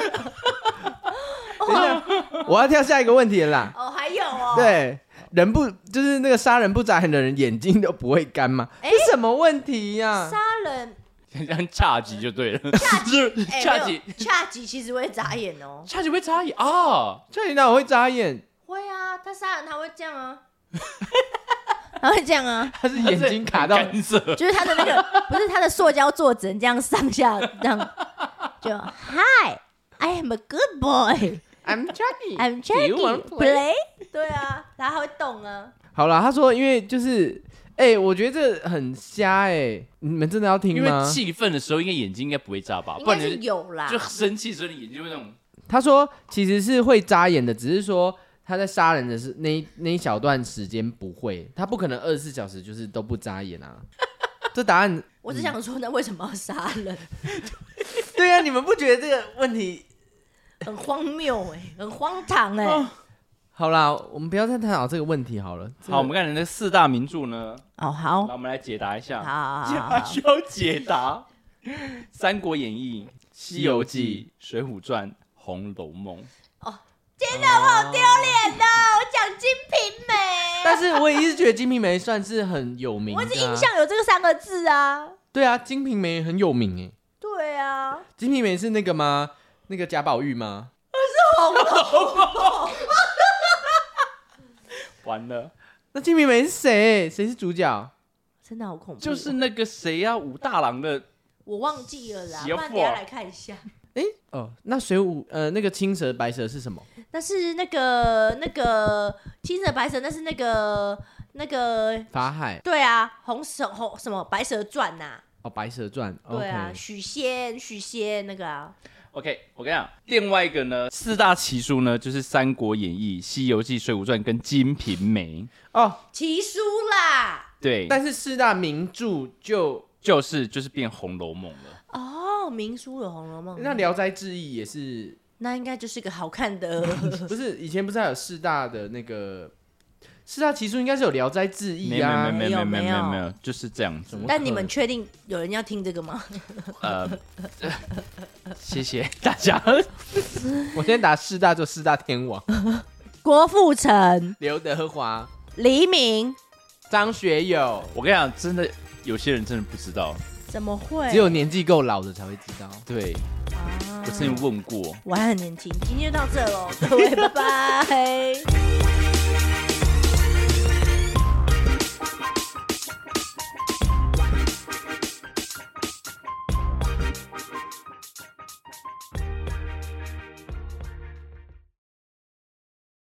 [SPEAKER 3] 等 一下，我要跳下一个问题了啦。
[SPEAKER 1] 哦，还有哦，
[SPEAKER 3] 对，人不就是那个杀人不眨眼的人眼睛都不会干吗？
[SPEAKER 1] 哎
[SPEAKER 3] 这什么问题呀、
[SPEAKER 1] 杀人
[SPEAKER 2] 很像恰吉就对了，是
[SPEAKER 1] 哎，
[SPEAKER 2] 恰
[SPEAKER 1] 没有
[SPEAKER 2] 吉，
[SPEAKER 1] 恰吉其实会眨眼哦，
[SPEAKER 2] 恰吉会眨眼啊，
[SPEAKER 3] 这里哪有会眨眼？
[SPEAKER 1] 会啊，他杀人他会这样 啊，他会这样啊，
[SPEAKER 3] 他是眼睛卡到
[SPEAKER 2] 它 是很干涩，
[SPEAKER 1] 就是他的那个不是他的塑胶坐枕这样上下这样，就 Hi，I am a good boy。
[SPEAKER 3] I'm Johnny。
[SPEAKER 1] I'm
[SPEAKER 3] Do you wanna
[SPEAKER 1] Jackie play？对啊，然后他会动啊。
[SPEAKER 3] 好了，他说因为就是，哎、我觉得这很瞎哎、你们真的要听
[SPEAKER 2] 因为
[SPEAKER 3] 吗？
[SPEAKER 2] 气愤的时候应该眼睛应该不会眨吧，
[SPEAKER 1] 应
[SPEAKER 2] 不
[SPEAKER 1] 该
[SPEAKER 2] 然
[SPEAKER 1] 是
[SPEAKER 2] 你
[SPEAKER 1] 有啦
[SPEAKER 2] 就。生气的时候你眼睛会那种。
[SPEAKER 3] 他说其实是会眨眼的，只是说他在杀人的是那一那一小段时间不会，他不可能二十四小时就是都不眨眼 啊。这答案，
[SPEAKER 1] 我只想说，那为什么要杀 人？
[SPEAKER 3] 对啊，你们不觉得这个问题？
[SPEAKER 1] 很荒谬哎，很荒唐哎。
[SPEAKER 3] 好啦，我们不要再探讨这个问题好了。这个
[SPEAKER 2] 好，我们看你的四大名著呢，
[SPEAKER 1] 哦，好，
[SPEAKER 2] 那我们来解答一下。
[SPEAKER 1] 好好好好
[SPEAKER 2] 还需要解答，《啊 三国演义》《西游记》《水浒传》《红楼梦》。
[SPEAKER 1] 真的我好丢脸呐！我讲《金瓶梅》，
[SPEAKER 3] 但是我也一直觉得《金瓶梅》算是很有名、啊，
[SPEAKER 1] 我只印象有这个三个字啊。
[SPEAKER 3] 对啊，《金瓶梅》很有名诶，
[SPEAKER 1] 对啊，
[SPEAKER 3] 《金瓶梅》是那个吗？那个贾宝玉吗？
[SPEAKER 2] 完了，
[SPEAKER 3] 那《金瓶梅》是谁？谁是主角？
[SPEAKER 1] 真的好恐怖。
[SPEAKER 2] 就是那个谁啊，武大郎的，
[SPEAKER 1] 我忘记了啦，不
[SPEAKER 2] 媳妇啊
[SPEAKER 1] 然等一下来看一下。
[SPEAKER 3] 诶，哦，那水浒呃那个青蛇白蛇是什么？
[SPEAKER 1] 那是那个那个青蛇白蛇，那是那个那个
[SPEAKER 3] 法海
[SPEAKER 1] 对啊，红蛇红什么白蛇传啊呐、
[SPEAKER 3] 哦，《白蛇传》
[SPEAKER 1] 对啊，
[SPEAKER 3] OK
[SPEAKER 1] 许仙许仙那个啊，
[SPEAKER 2] OK，我跟你讲，另外一个呢，四大奇书呢，就是《三国演义》《西游记》《水浒传》跟《金瓶梅》。
[SPEAKER 3] 哦，
[SPEAKER 1] 奇书啦。
[SPEAKER 2] 对，
[SPEAKER 3] 但是四大名著就
[SPEAKER 2] 就是就是变《红楼梦》了。
[SPEAKER 1] 哦，明书有《红楼梦》，
[SPEAKER 3] 那《聊斋志异》也是，
[SPEAKER 1] 那应该就是个好看 的
[SPEAKER 3] 不是以前不是还有四大的那个四大奇书应该是有《聊斋志异
[SPEAKER 2] 没》有
[SPEAKER 3] 啊？
[SPEAKER 2] 没有有
[SPEAKER 1] 没有
[SPEAKER 2] 没有
[SPEAKER 1] 没
[SPEAKER 2] 没
[SPEAKER 1] 有
[SPEAKER 2] 有，就是这样子
[SPEAKER 3] 怎。么
[SPEAKER 1] 但你们确定有人要听这个吗？
[SPEAKER 2] 呃， 谢谢大家。
[SPEAKER 3] 我先打四大就四大天王，
[SPEAKER 1] 郭富城、
[SPEAKER 3] 刘德华、
[SPEAKER 1] 黎明，
[SPEAKER 3] 张学友，
[SPEAKER 2] 我跟你讲，真的有些人真的不知道。
[SPEAKER 1] 怎么会？
[SPEAKER 3] 只有年纪够老的才会知道。
[SPEAKER 2] 对，
[SPEAKER 1] 啊
[SPEAKER 2] 我曾经问过。
[SPEAKER 1] 我还很年轻，今天就到这喽，各位，拜拜。